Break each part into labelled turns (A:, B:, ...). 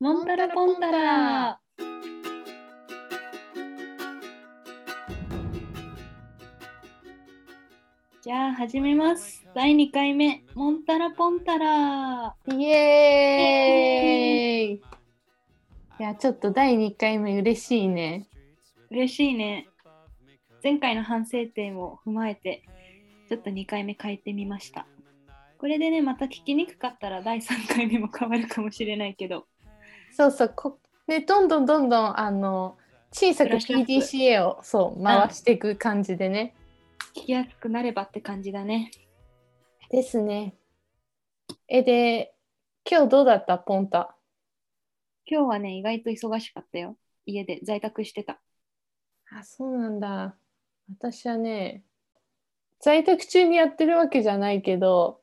A: モンタラポンタラ。じゃあ始めます。第2回目、モンタラポンタラ。
B: イエーイ いやちょっと第2回目嬉しいね。
A: 嬉しいね。前回の反省点を踏まえて、ちょっと2回目変えてみました。これでね、また聞きにくかったら第3回目も変わるかもしれないけど、
B: そうそうこでどんどんどんどんあの小さく
A: ブラッシュアップ
B: PDCA をそう回していく感じでね。
A: 聞きやすくなればって感じだね。
B: ですね。えで今日どうだったポンタ
A: 今日はね、意外と忙しかったよ。家で在宅してた。
B: あそうなんだ。私はね在宅中にやってるわけじゃないけど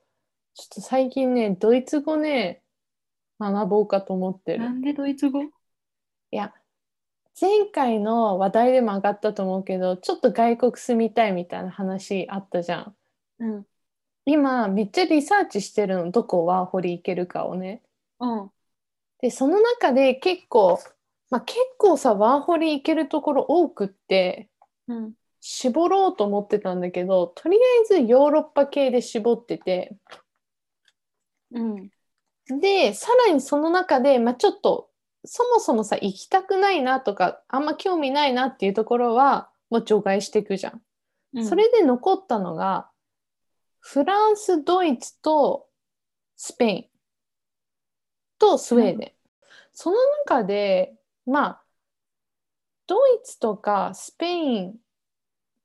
B: ちょっと最近ねドイツ語ね学ぼうかと思ってる
A: な。んでドイツ語
B: いや前回の話題でも上がったと思うけどちょっと外国住みたいみたいな話あったじゃん
A: うん。
B: 今めっちゃリサーチしてるのどこワーホリ行けるかをね
A: うん。
B: でその中で結構、まあ、結構さワーホリ行けるところ多くって
A: うん。
B: 絞ろうと思ってたんだけどとりあえずヨーロッパ系で絞ってて
A: うん。
B: でさらにその中で、まあ、ちょっとそもそもさ行きたくないなとかあんま興味ないなっていうところはもう除外していくじゃん。
A: うん
B: それで残ったのがフランスドイツとスペインとスウェーデン、その中でまあドイツとかスペイン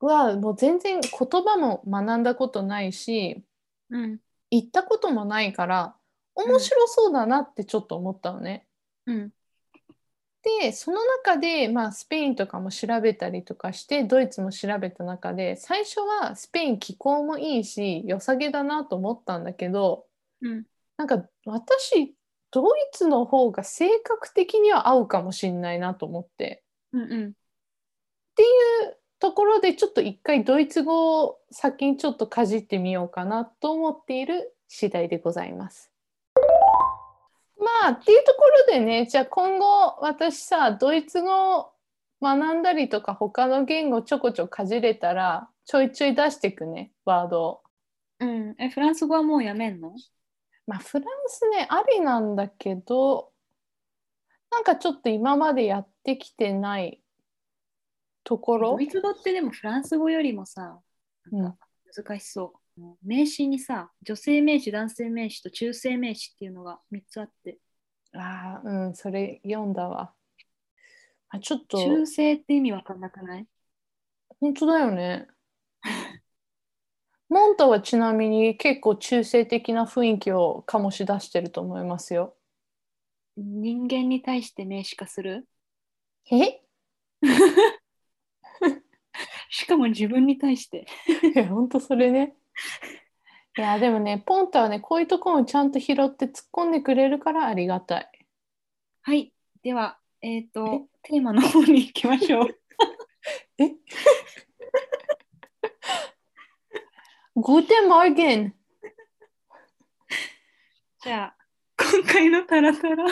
B: はもう全然言葉も学んだことないし
A: うん。
B: 行ったこともないから
A: ん
B: 面白そうだなってちょっと思ったのね。
A: うん。
B: でその中で、まあ、スペインとかも調べたりとかしてドイツも調べた中で最初はスペイン気候もいいし良さげだなと思ったんだけど
A: うん。
B: なんか私ドイツの方が性格的には合うかもしんないなと思って
A: うん。うん。
B: ところでちょっと一回ドイツ語を先にちょっとかじってみようかなと思っている次第でございます。まあっていうところでねじゃあ今後私さドイツ語を学んだりとか他の言語ちょこちょこかじれたらちょいちょい出していくねワードを。
A: うん、え、フランス語はもうやめんの
B: まあフランスねありなんだけどなんかちょっと今までやってきてないところ
A: ドイツ語ってでもフランス語よりもさ、なんか難しそう。名詞にさ、女性名詞、男性名詞と中性名詞っていうのが3つあって、
B: ああ、うん、それ読んだわ。あ、ちょっと、
A: 中性って意味わかんなくない
B: 本当だよね。 モンタはちなみに結構中性的な雰囲気を醸し出してると思いますよ。
A: 人間に対して名詞化する
B: え
A: しかも自分に対して。
B: いや、 本当それね。いや、でもね、ポンタはね、こういうところもちゃんと拾って突っ込んでくれるからありがたい。
A: はい、では、えっ、と、テーマの方に行きましょう。
B: グーテンモーゲン
A: じゃあ、今回のタラタラ。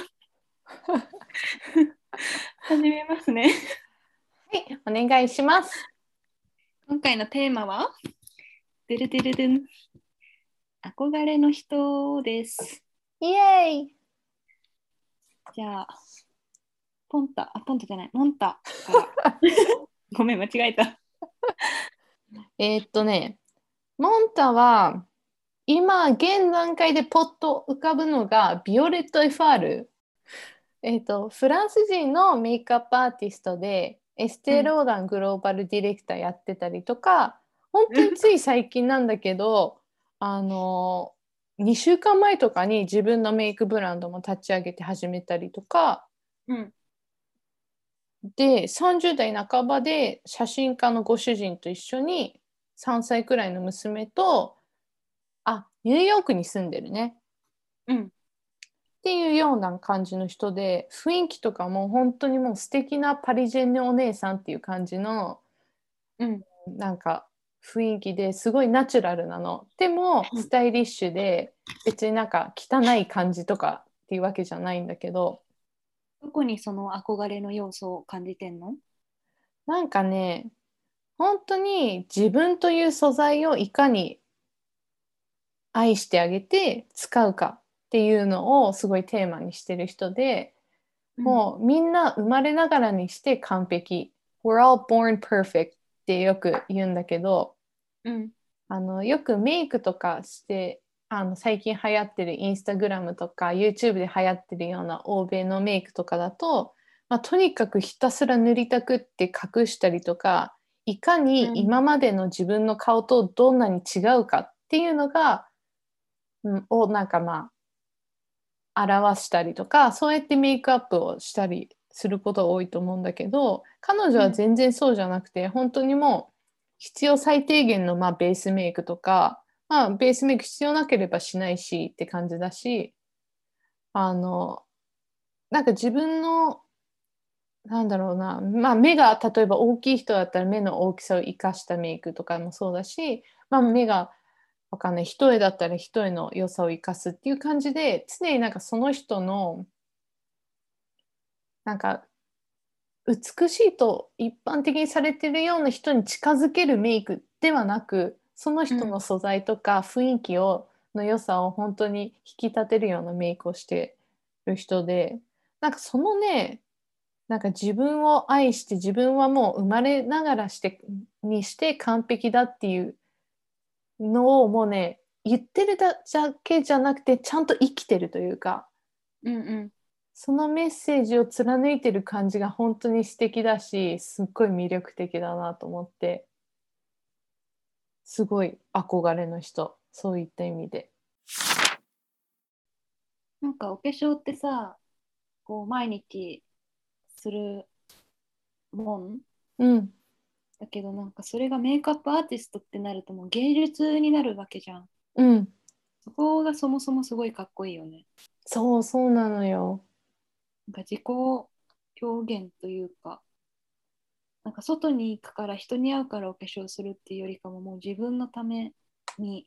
A: 始めますね。
B: はい、お願いします。
A: 今回のテーマは、デルデルデン憧れの人です。
B: イエーイ
A: じゃあ、ポンタ、あ、ポンタじゃない、モン タから。ごめん、間違えた。
B: えーっとね、モンタは今現段階でポッと浮かぶのがビオレット・エファール。えーっと、フランス人のメイクアップアーティストでエステ・ローダングローバルディレクターやってたりとか、本当につい最近なんだけど、あの2週間前とかに自分のメイクブランドも立ち上げて始めたりとか
A: うん、
B: で30代半ばで写真家のご主人と一緒に3歳くらいの娘とあニューヨークに住んでるね
A: うん、
B: っていうような感じの人で雰囲気とかも本当にもう素敵なパリジェンヌお姉さんっていう感じの
A: うん、
B: なんか雰囲気ですごいナチュラルなのでも
A: うん
B: スタイリッシュで別になんか汚い感じとかっていうわけじゃないんだけど
A: どこにその憧れの要素を感じてんの
B: なんかね本当に自分という素材をいかに愛してあげて使うかっていうのをすごいテーマにしてる人で、もうみんな生まれながらにして完璧 We're all born perfect ってよく言うんだけど
A: うん、うん、
B: あのよくメイクとかしてあの最近流行ってるインスタグラムとか YouTube で流行ってるような欧米のメイクとかだと、まあ、とにかくひたすら塗りたくって隠したりとかいか
A: うん
B: に今までの自分の顔とどんなに違うかっていうのが、うん、をなんかまあ表したりとかそうやってメイクアップをしたりすることが多いと思うんだけど彼女は全然そうじゃなくて、本当にもう必要最低限のまあベースメイクとか、まあ、ベースメイク必要なければしないしって感じだしあのなんか自分のなんだろうな、まあ、目が例えば大きい人だったら目の大きさを生かしたメイクとかもそうだし、まあ、目がわかんない一重だったら一重の良さを生かすっていう感じで常になんかその人のなんか美しいと一般的にされてるような人に近づけるメイクではなくその人の素材とか雰囲気を、の良さを本当に引き立てるようなメイクをしてる人でなんかそのねなんか自分を愛して自分はもう生まれながらしてにして完璧だっていうのをもうね言ってるだけじゃなくてちゃんと生きてるというか
A: うんうん
B: そのメッセージを貫いてる感じが本当に素敵だしすっごい魅力的だなと思ってすごい憧れの人そういった意味で。
A: なんかお化粧ってさこう毎日するもん
B: うん、
A: だけどなんかそれがメイクアップアーティストってなるともう芸術になるわけじゃん
B: うん
A: そこがそもそもすごいかっこいいよね
B: そうそうなのよ。
A: なんか自己表現というかなんか外に行くから人に会うからお化粧するっていうよりかももう自分のために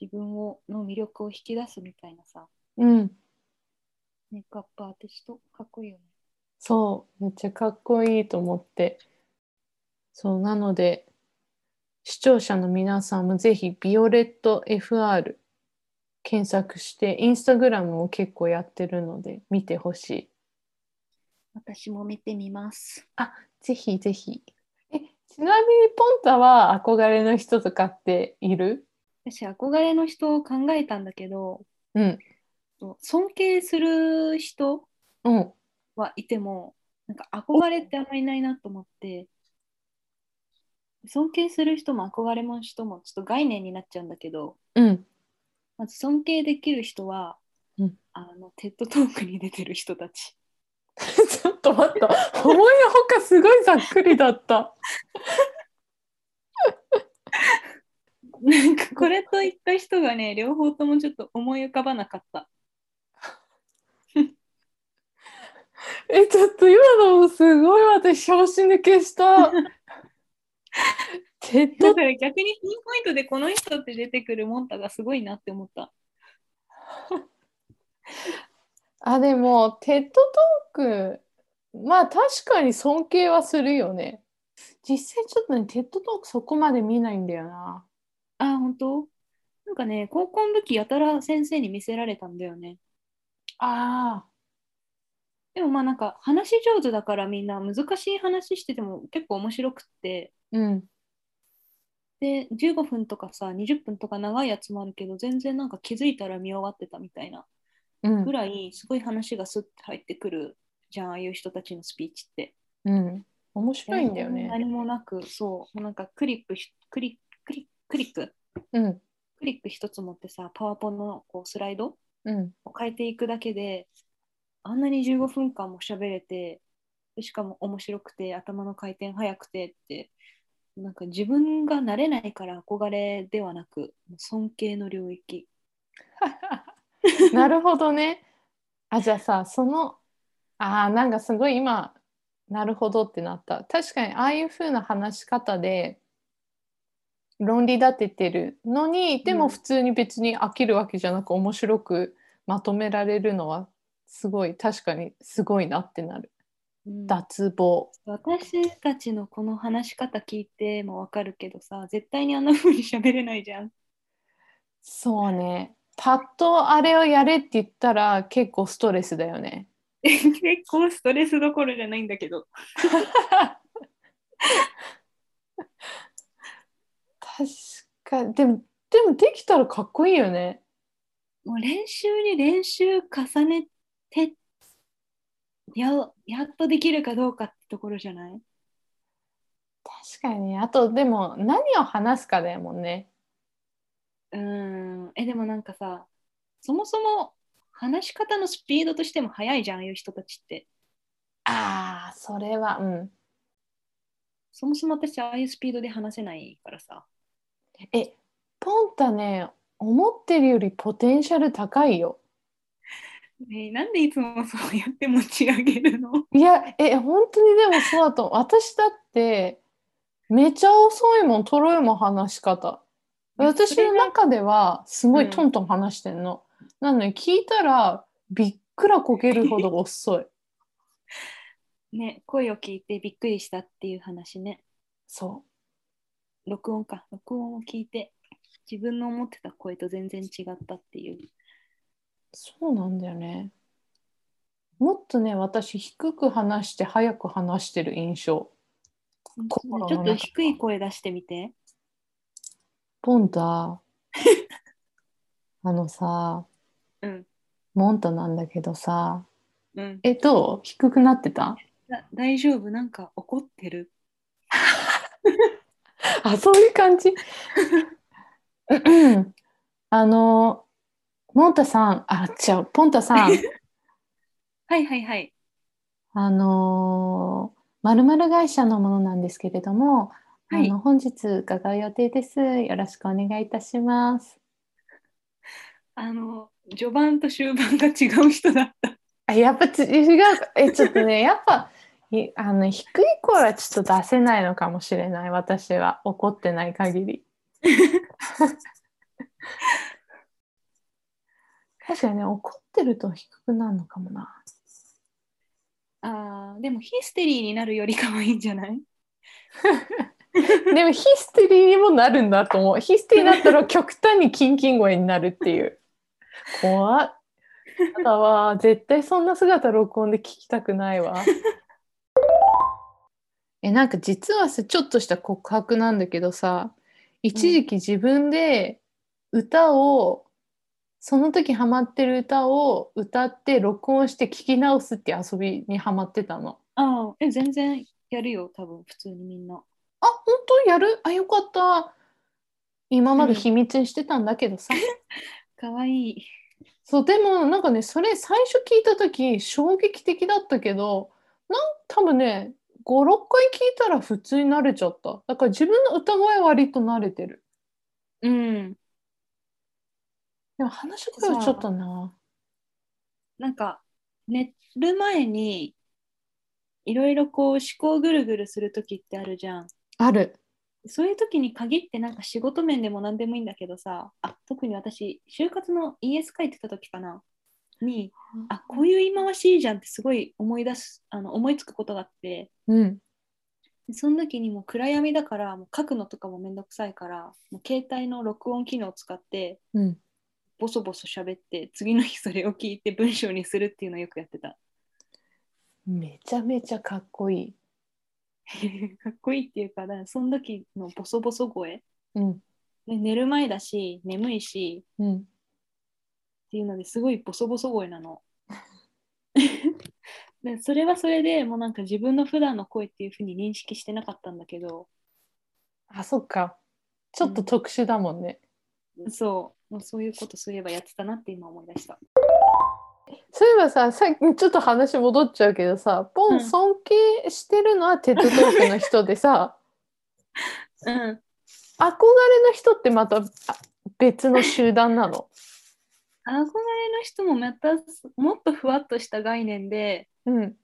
A: 自分をの魅力を引き出すみたいなさ
B: うん、
A: メイクアップアーティストかっこいいよね
B: そう、めっちゃかっこいいと思って。そう、なので、視聴者の皆さんもぜひ、ビオレット FR 検索して、インスタグラムも結構やってるので、見てほしい。
A: 私も見てみます
B: ぜひぜひ。え、ちなみに、ポンタは憧れの人とかっている
A: 私憧れの人を考えたんだけど
B: うん、
A: 尊敬する人
B: うん。
A: はいてもなんか憧れってあんまりないなと思って尊敬する人も憧れも人もちょっと概念になっちゃうんだけど
B: うん。
A: まず尊敬できる人は、
B: うん
A: あのテッドトークに出てる人たち
B: ちょっと待った。思いのほかすごいざっくりだった。
A: なんかこれといった人が ね両方ともちょっと思い浮かばなかった
B: え、ちょっと今のもすごい私、拍子抜け した。テッド
A: だから逆にピンポイントでこの人って出てくるモンタがすごいなって思った
B: あ、でも、テッドトーク、まあ確かに尊敬はするよね。実際ちょっとね、テッドトークそこまで見ないんだよな。
A: あ本当なんかね高校の時やたら先生に見せられたんだよね
B: あ
A: でもまあなんか話し上手だからみんな難しい話してても結構面白くって
B: あ、うん。
A: で15分とかさ20分とか長いやつもあるけど全然なんか気づいたら見終わってたみたいな
B: うん
A: ぐらいすごい話がスッて入ってくるじゃんああいう人たちのスピーチって。
B: うん。面白いんだよね。
A: 何もなくそうもうなんかクリップひクリクリクリック
B: うん。
A: クリック一つ持ってさパワポのこうスライド
B: うん。
A: を変えていくだけであんなに15分間も喋れてでしかも面白くて頭の回転速くてってなんか自分が慣れないから憧れではなく尊敬の領域
B: なるほどね。あ、じゃあさ、その、あー、なんかすごい今、なるほどってなった。確かに、ああいう風な話し方で、論理立ててるのに、で
A: う
B: も
A: ん
B: 普通に別に飽きるわけじゃなく、面白くまとめられるのは、すごい確かにすごいなってなる
A: うん
B: 脱帽
A: 私たちのこの話し方聞いてもわかるけどさ絶対にあんな風に喋れないじゃん。
B: そうね パッとあれをやれって言ったら結構ストレスだよね
A: 結構ストレスどころじゃないんだけど。
B: 確かにでもでもできたらかっこいいよね
A: もう練習に練習重ねてややっとできるかどうかってところじゃない
B: 確かにあとでも何を話すかだよもんね
A: うーんえでもなんかさそもそも話し方のスピードとしても速いじゃんああいう人たちって
B: ああそれはうん
A: そもそも私ああいうスピードで話せないからさ
B: えポンタね思ってるよりポテンシャル高いよ
A: えなんでいつもそうやって持ち上げるの
B: いやえ本当にでもそうだと思う私だってめちゃ遅いもんとろいもん話し方 私の中ではすごいトントン話してんの、なのに聞いたらびっくらこけるほど遅い
A: ね声を聞いてびっくりしたっていう話ね
B: そ
A: 録音か録音を聞いて自分の思ってた声と全然違ったっていう
B: うそうなんだよねもっとね私低く話して早く話してる印象心の
A: ちょ
B: 中
A: っと低い声出してみて
B: ポン タあのさ
A: うん
B: モンタなんだけどさ
A: うん
B: えどう低くなってた
A: だ大丈夫なんか怒ってる
B: あそういう感じ あのモンタさんあ違うポンタさん
A: はいはいはい
B: あのまるまる会社のものなんですけれども、
A: はい
B: あの本日伺う予定ですよろしくお願いいたします
A: あの序盤と終盤が違う人だった
B: あやっぱち違うえちょっと ねやっぱいあの低い声はちょっと出せないのかもしれない私は怒ってない限 り確かにね怒ってると低くなるのかもな
A: あーでもヒステリーになるよりかはいいんじゃない
B: でもヒステリーにもなるんだと思うヒステリーだったら極端にキンキン声になるっていう怖っあだわ絶対そんな姿録音で聞きたくないわえなんか実はさちょっとした告白なんだけどさ一時期自分で歌を、その時ハマってる歌を歌って録音して聞き直すって遊びにハマってたの
A: ああえ全然やるよ多分普通にみんな
B: あ、本当やるあ、よかった。今まで秘密にしてたんだけどさ。
A: かわいい
B: そう、でもなんかね、それ最初聞いた時衝撃的だったけど、なん多分ね、5、6回聞いたら普通に慣れちゃった。だから自分の歌声は割と慣れてる。
A: うん
B: でも話し声はちょっとな。
A: なんか寝る前にいろいろこう思考ぐるぐるする時ってあるじゃん
B: ある。
A: そういう時に限ってなんか仕事面でも何でもいいんだけどさあ特に私就活の ES 書いてた時かなにあこういう言い回しいいじゃんってすごい思い出すあの思いつくことがあって
B: うん。
A: でその時にもう暗闇だからもう書くのとかもめんどくさいからもう携帯の録音機能を使って
B: うん。
A: ボソボソ喋って次の日それを聞いて文章にするっていうのをよくやってた
B: めちゃめちゃかっこいい。
A: かっこいいっていうかだからその時のボソボソ声
B: うん。
A: で寝る前だし眠いし
B: うん。
A: っていうのですごいボソボソ声なの。 でそれはそれでもうなんか自分の普段の声っていうふうに認識してなかったんだけど
B: あ、そっか。ちょっと特殊だもんね。
A: そうもうそういうことそういえばやってたなって今思い出した。
B: そういえばさ、さっきちょっと話戻っちゃうけどさ、ポ
A: うん
B: ン尊敬してるのはテッドトークの人 でさ、
A: うん、
B: 憧れの人ってまたあ別の集団なの。
A: 憧れの人もまたもっとふわっとした概念で
B: うん。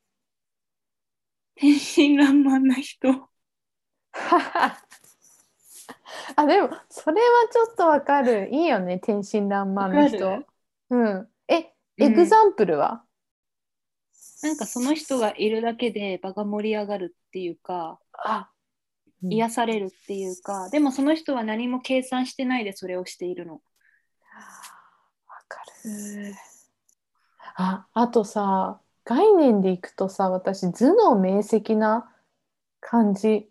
A: 天真爛漫な人
B: あ、でも、それはちょっとわかる。いいよね、天真爛漫の
A: わか
B: 人
A: る。
B: うん。え、
A: うん
B: エグザンプルは、
A: なんかその人がいるだけで場が盛り上がるっていうか
B: あうん
A: 癒されるっていうか、でもその人は何も計算してないでそれをしているの。
B: わかる。ああとさ概念でいくとさ私頭脳明晰な感じ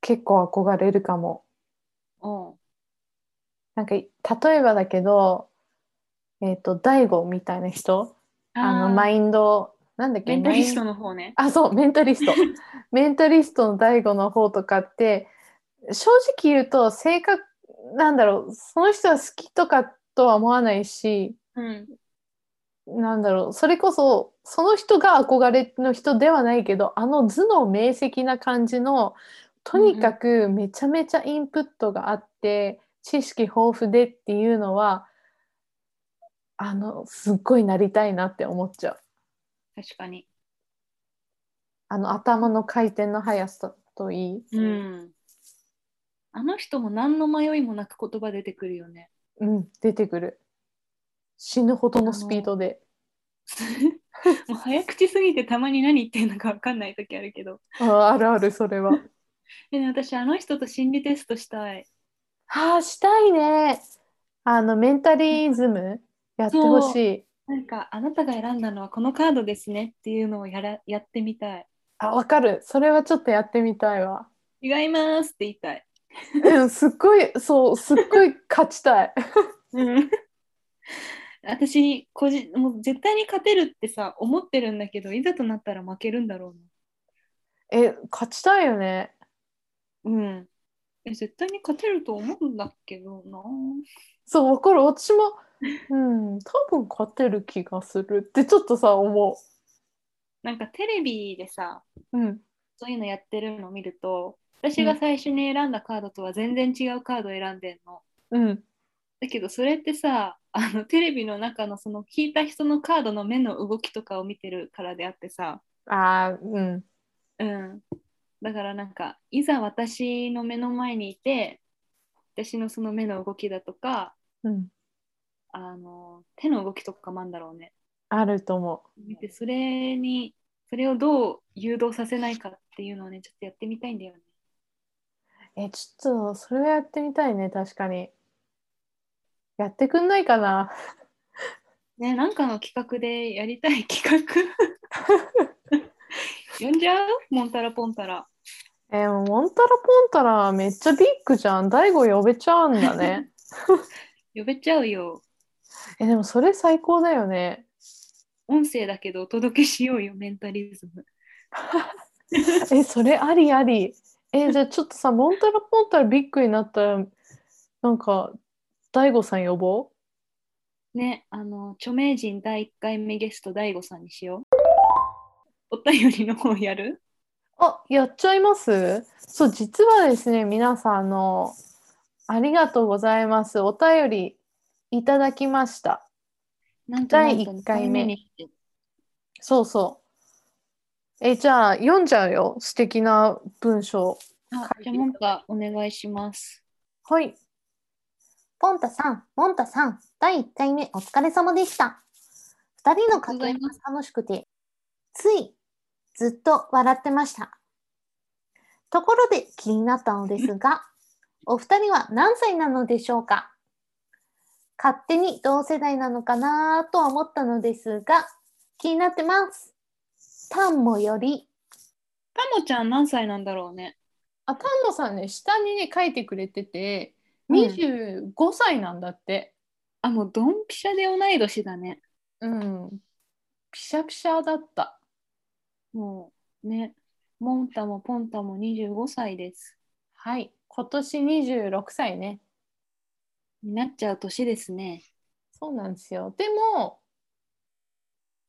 B: 結構憧れるかも。
A: うん
B: なんか例えばだけどえっ、と大悟みたいな人あのマ
A: イ
B: インドなんだっけ
A: メンタリス
B: マイ
A: ト
B: ン
A: の方ね。
B: あそうメンタ リストメンタリストの大悟の方とかって正直言うと性格なんだろうその人は好きとかとは思わないし
A: うん。
B: なんだろうそれこそその人が憧れの人ではないけどあの頭脳明晰な感じのとにかくめちゃめちゃインプットがあって、知識豊富でっていうのはあのすっごいなりたいなって思っちゃう
A: 確かに。
B: あの頭の回転の速さといい、
A: うん。あの人も何の迷いもなく言葉出てくるよ ね。
B: うん出てくる死ぬほどのスピードで、
A: もう早口すぎてたまに何言ってんのか分かんない時あるけど。
B: ああるあるそれは
A: でね私あの人と心理テストしたい。
B: ああしたいねあのメンタリズムやってほしい。
A: なんかあなたが選んだのはこのカードですねっていうのをやらやってみたい。
B: あ、わかる。それはちょっとやってみたいわ。
A: 違いますって言いたい。
B: うん、すっごい、そう、すっごい勝ちたい。
A: うん 私個人もう絶対に勝てるってさ思ってるんだけどいざとなったら負けるんだろ
B: え、勝ちたいよね。
A: うな。うん、え絶対に勝てると思うんだけどな。
B: そう、わかる。私も、うん、多分勝てる気がするってちょっとさ、思
A: なんかテレビでさ
B: う。うん。
A: そういうのやってるのを見ると私が最初に選んだカードとは全然違うカードを選んでんの。
B: うん。
A: だけどそれってさあのテレビの中のその引いた人のカードの目の動きとかを見てるからであってさ、
B: あーうん。
A: うん、だからなんかいざ私の目の前にいて私のその目の動きだとか
B: うん。
A: あの手の動きとかもあんだろうね
B: あると思
A: 見てそれにそれをどう誘導させないかっていうのをねちょっとやってみたいんだよね
B: う。え、ちょっと、それはやってみたいね、確かに。やってくんないかな。
A: ねなんかの企画でやりたい企画呼んじゃうモンタラポンタラ
B: えー、モンタラポンタラめっちゃビッグじゃん。大悟呼べちゃうんだね。
A: 呼べちゃうよ
B: え、でもそれ最高だよね。
A: 音声だけどお届けしようよメンタリズム
B: え、それありあり。 え、じゃあちょっとさ、モンタラポンタラビッグになったら、なんか、大悟さん呼ぼ
A: ねあの著名人第1回目ゲスト DAIGO さんにしようお便りの方やる
B: うあ、やっちゃいますそう、実はですね、皆さん、あの、ありがとうございます。お便りいただきました。
A: なんとな
B: 第
A: ん
B: 一
A: と二
B: 回目
A: にして
B: そうそう。え、じゃあ、読んじゃうよ。素敵な文章。
A: あじゃあ文化お願いします
B: はい。
C: ポンタさん、モンタさん、第1回目お疲れ様でした。2人の掛け合いが楽しくて、ついずっと笑ってました。ところで気になったのですが、お二人は何歳なのでしょうか勝手に同世代なのかなとは思ったのですが、気になってます。タンモより、
A: タモちゃん何歳なんだろうね
B: あ、丹野さんね、下にね、書いてくれてて、
A: うん
B: 25歳なんだって。
A: あもうドンピシャで同い年だね
B: うん。ピシャピシャだった。
A: もうねモンタもポンタも25歳です
B: はい。今年26歳ね。
A: になっちゃう年ですね
B: そうなんですよ。でも、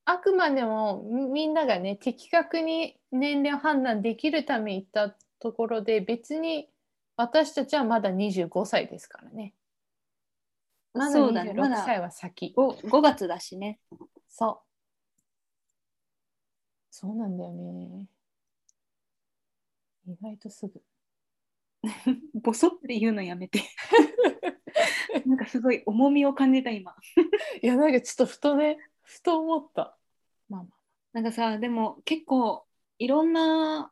B: あくまでもみみんながね、的確に年齢を判断できるために行ったところで、別に私たちはまだ25歳ですからね。まだ
A: そうだねま
B: 26
A: だ
B: 歳は先。
A: 5, 5月だしね
B: そう。そうなんだよね。意外とすぐ。
A: ボソって言うのやめて なんかすごい重みを感じた今
B: いやなんかちょっとふとねふと思ったまあまあ
A: なんかさでも結構いろんな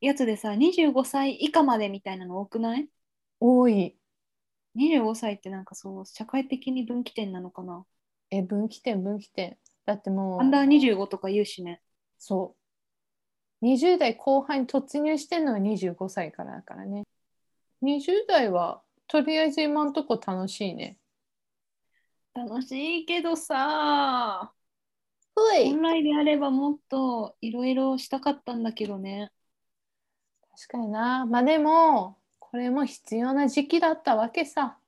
A: やつでさ25歳以下までみたいなの多くない
B: 多い。
A: 25歳ってなんかそう社会的に分岐点なのかな
B: え、分岐点、分岐点。だっても
A: アン
B: う、
A: ダー25とか言うしね
B: そう。20代後半に突入してんのは25歳からだからね。20代は、とりあえず今んとこ楽しいね。
A: 楽しいけどさ
B: ほい
A: 本来であればもっといろいろしたかったんだけどね
B: 確かにな。まあでも、これも必要な時期だったわけさ。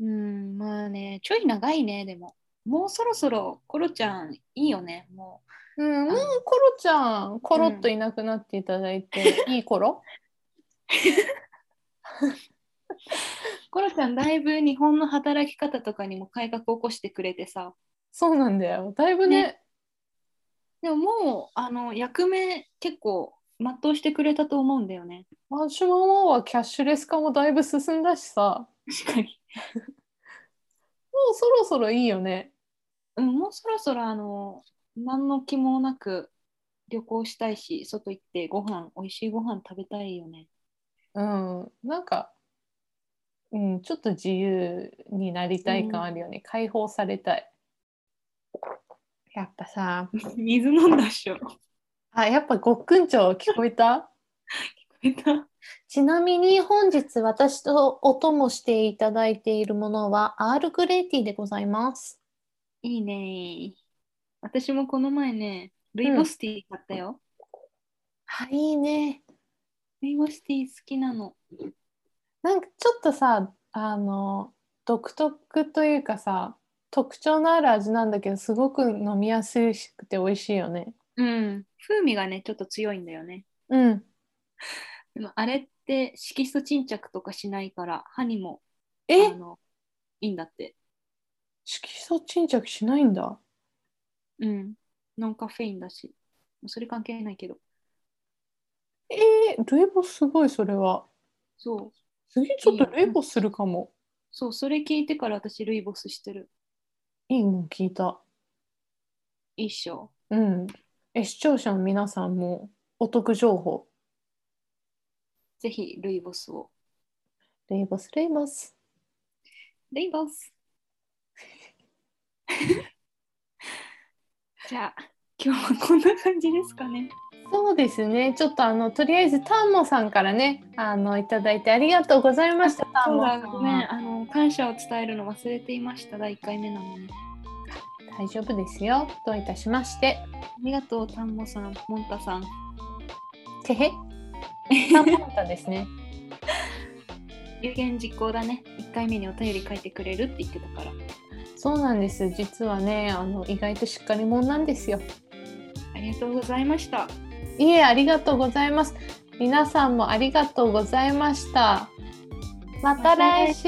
A: うんまあねちょい長いねでももうそろそろコロちゃんいいよねも
B: うん、もう
A: あの
B: コロちゃん、コロっといなくなっていただいて、いいコロ
A: うコロちゃんだいぶ日本の働き方とかにも改革を起こしてくれてさ
B: そうなんだよ。だいぶね、
A: ねでももうあの役目結構全うしてくれたと思うんだよね
B: マシュマロはキャッシュレス化もだいぶ進んだしさ、
A: 確かに、
B: もうそろそろいいよね。
A: うん、もうそろそろあの何の気もなく旅行したいし外行ってご飯美味しいご飯食べたいよね
B: うん、なんか、うん、ちょっと自由になりたい感あるよね。解放されたい。やっぱさ、
A: 水飲んだっしょ聞こ
B: あ、やっぱごっくんちょ聞こえ た
A: えた
C: ちなみに本日私とお供していただいているものはアールグレーティーでございます。
A: いいね私もこの前ねルイボスティー買ったよ、
C: はい、いいね。
A: ルイボスティー好きなの
B: なんかちょっとさ、あの、独特というかさ、特徴のある味なんだけど、すごく飲みやすくて美味しいよね。
A: うん風味がねちょっと強いんだよね
B: うん。
A: でもあれって色素沈着とかしないから歯にも
B: え
A: あのいいんだって
B: 色素沈着しないんだ。
A: うんノンカフェインだしもうそれ関係ないけど
B: えー、ルイボスすごいそれは。
A: そう
B: 次ちょっとルイボスするかも。
A: そうそれ聞いてから私ルイボスしてる
B: いいもん聞いた。
A: いいっしょ
B: うん。え、視聴者の皆さんもお得情報。
A: ぜひルイボスを
B: ルイボス、ルイボス。
A: ルイボス じゃあ今日はこんな感じですかね
B: そうですね。ちょっとあの、とりあえずタンモさんからね、あの、いただいてありがとうございました、タン
A: そう
B: モさ
A: だ
B: ん。
A: ごめんあの感謝を伝えるの忘れていました第1回目なのに
B: 大丈夫ですよ。どういたしまして。
A: ありがとうタンモさんモンタさん
B: てへ。タンモンタですね。
A: 有言実行だね1回目にお便り書いてくれるって言ってたから
B: そうなんです。実はね、あの、意外としっかり者なんですよ。
A: ありがとうございました
B: いえ、ありがとうございます。皆さんもありがとうございました。また来週。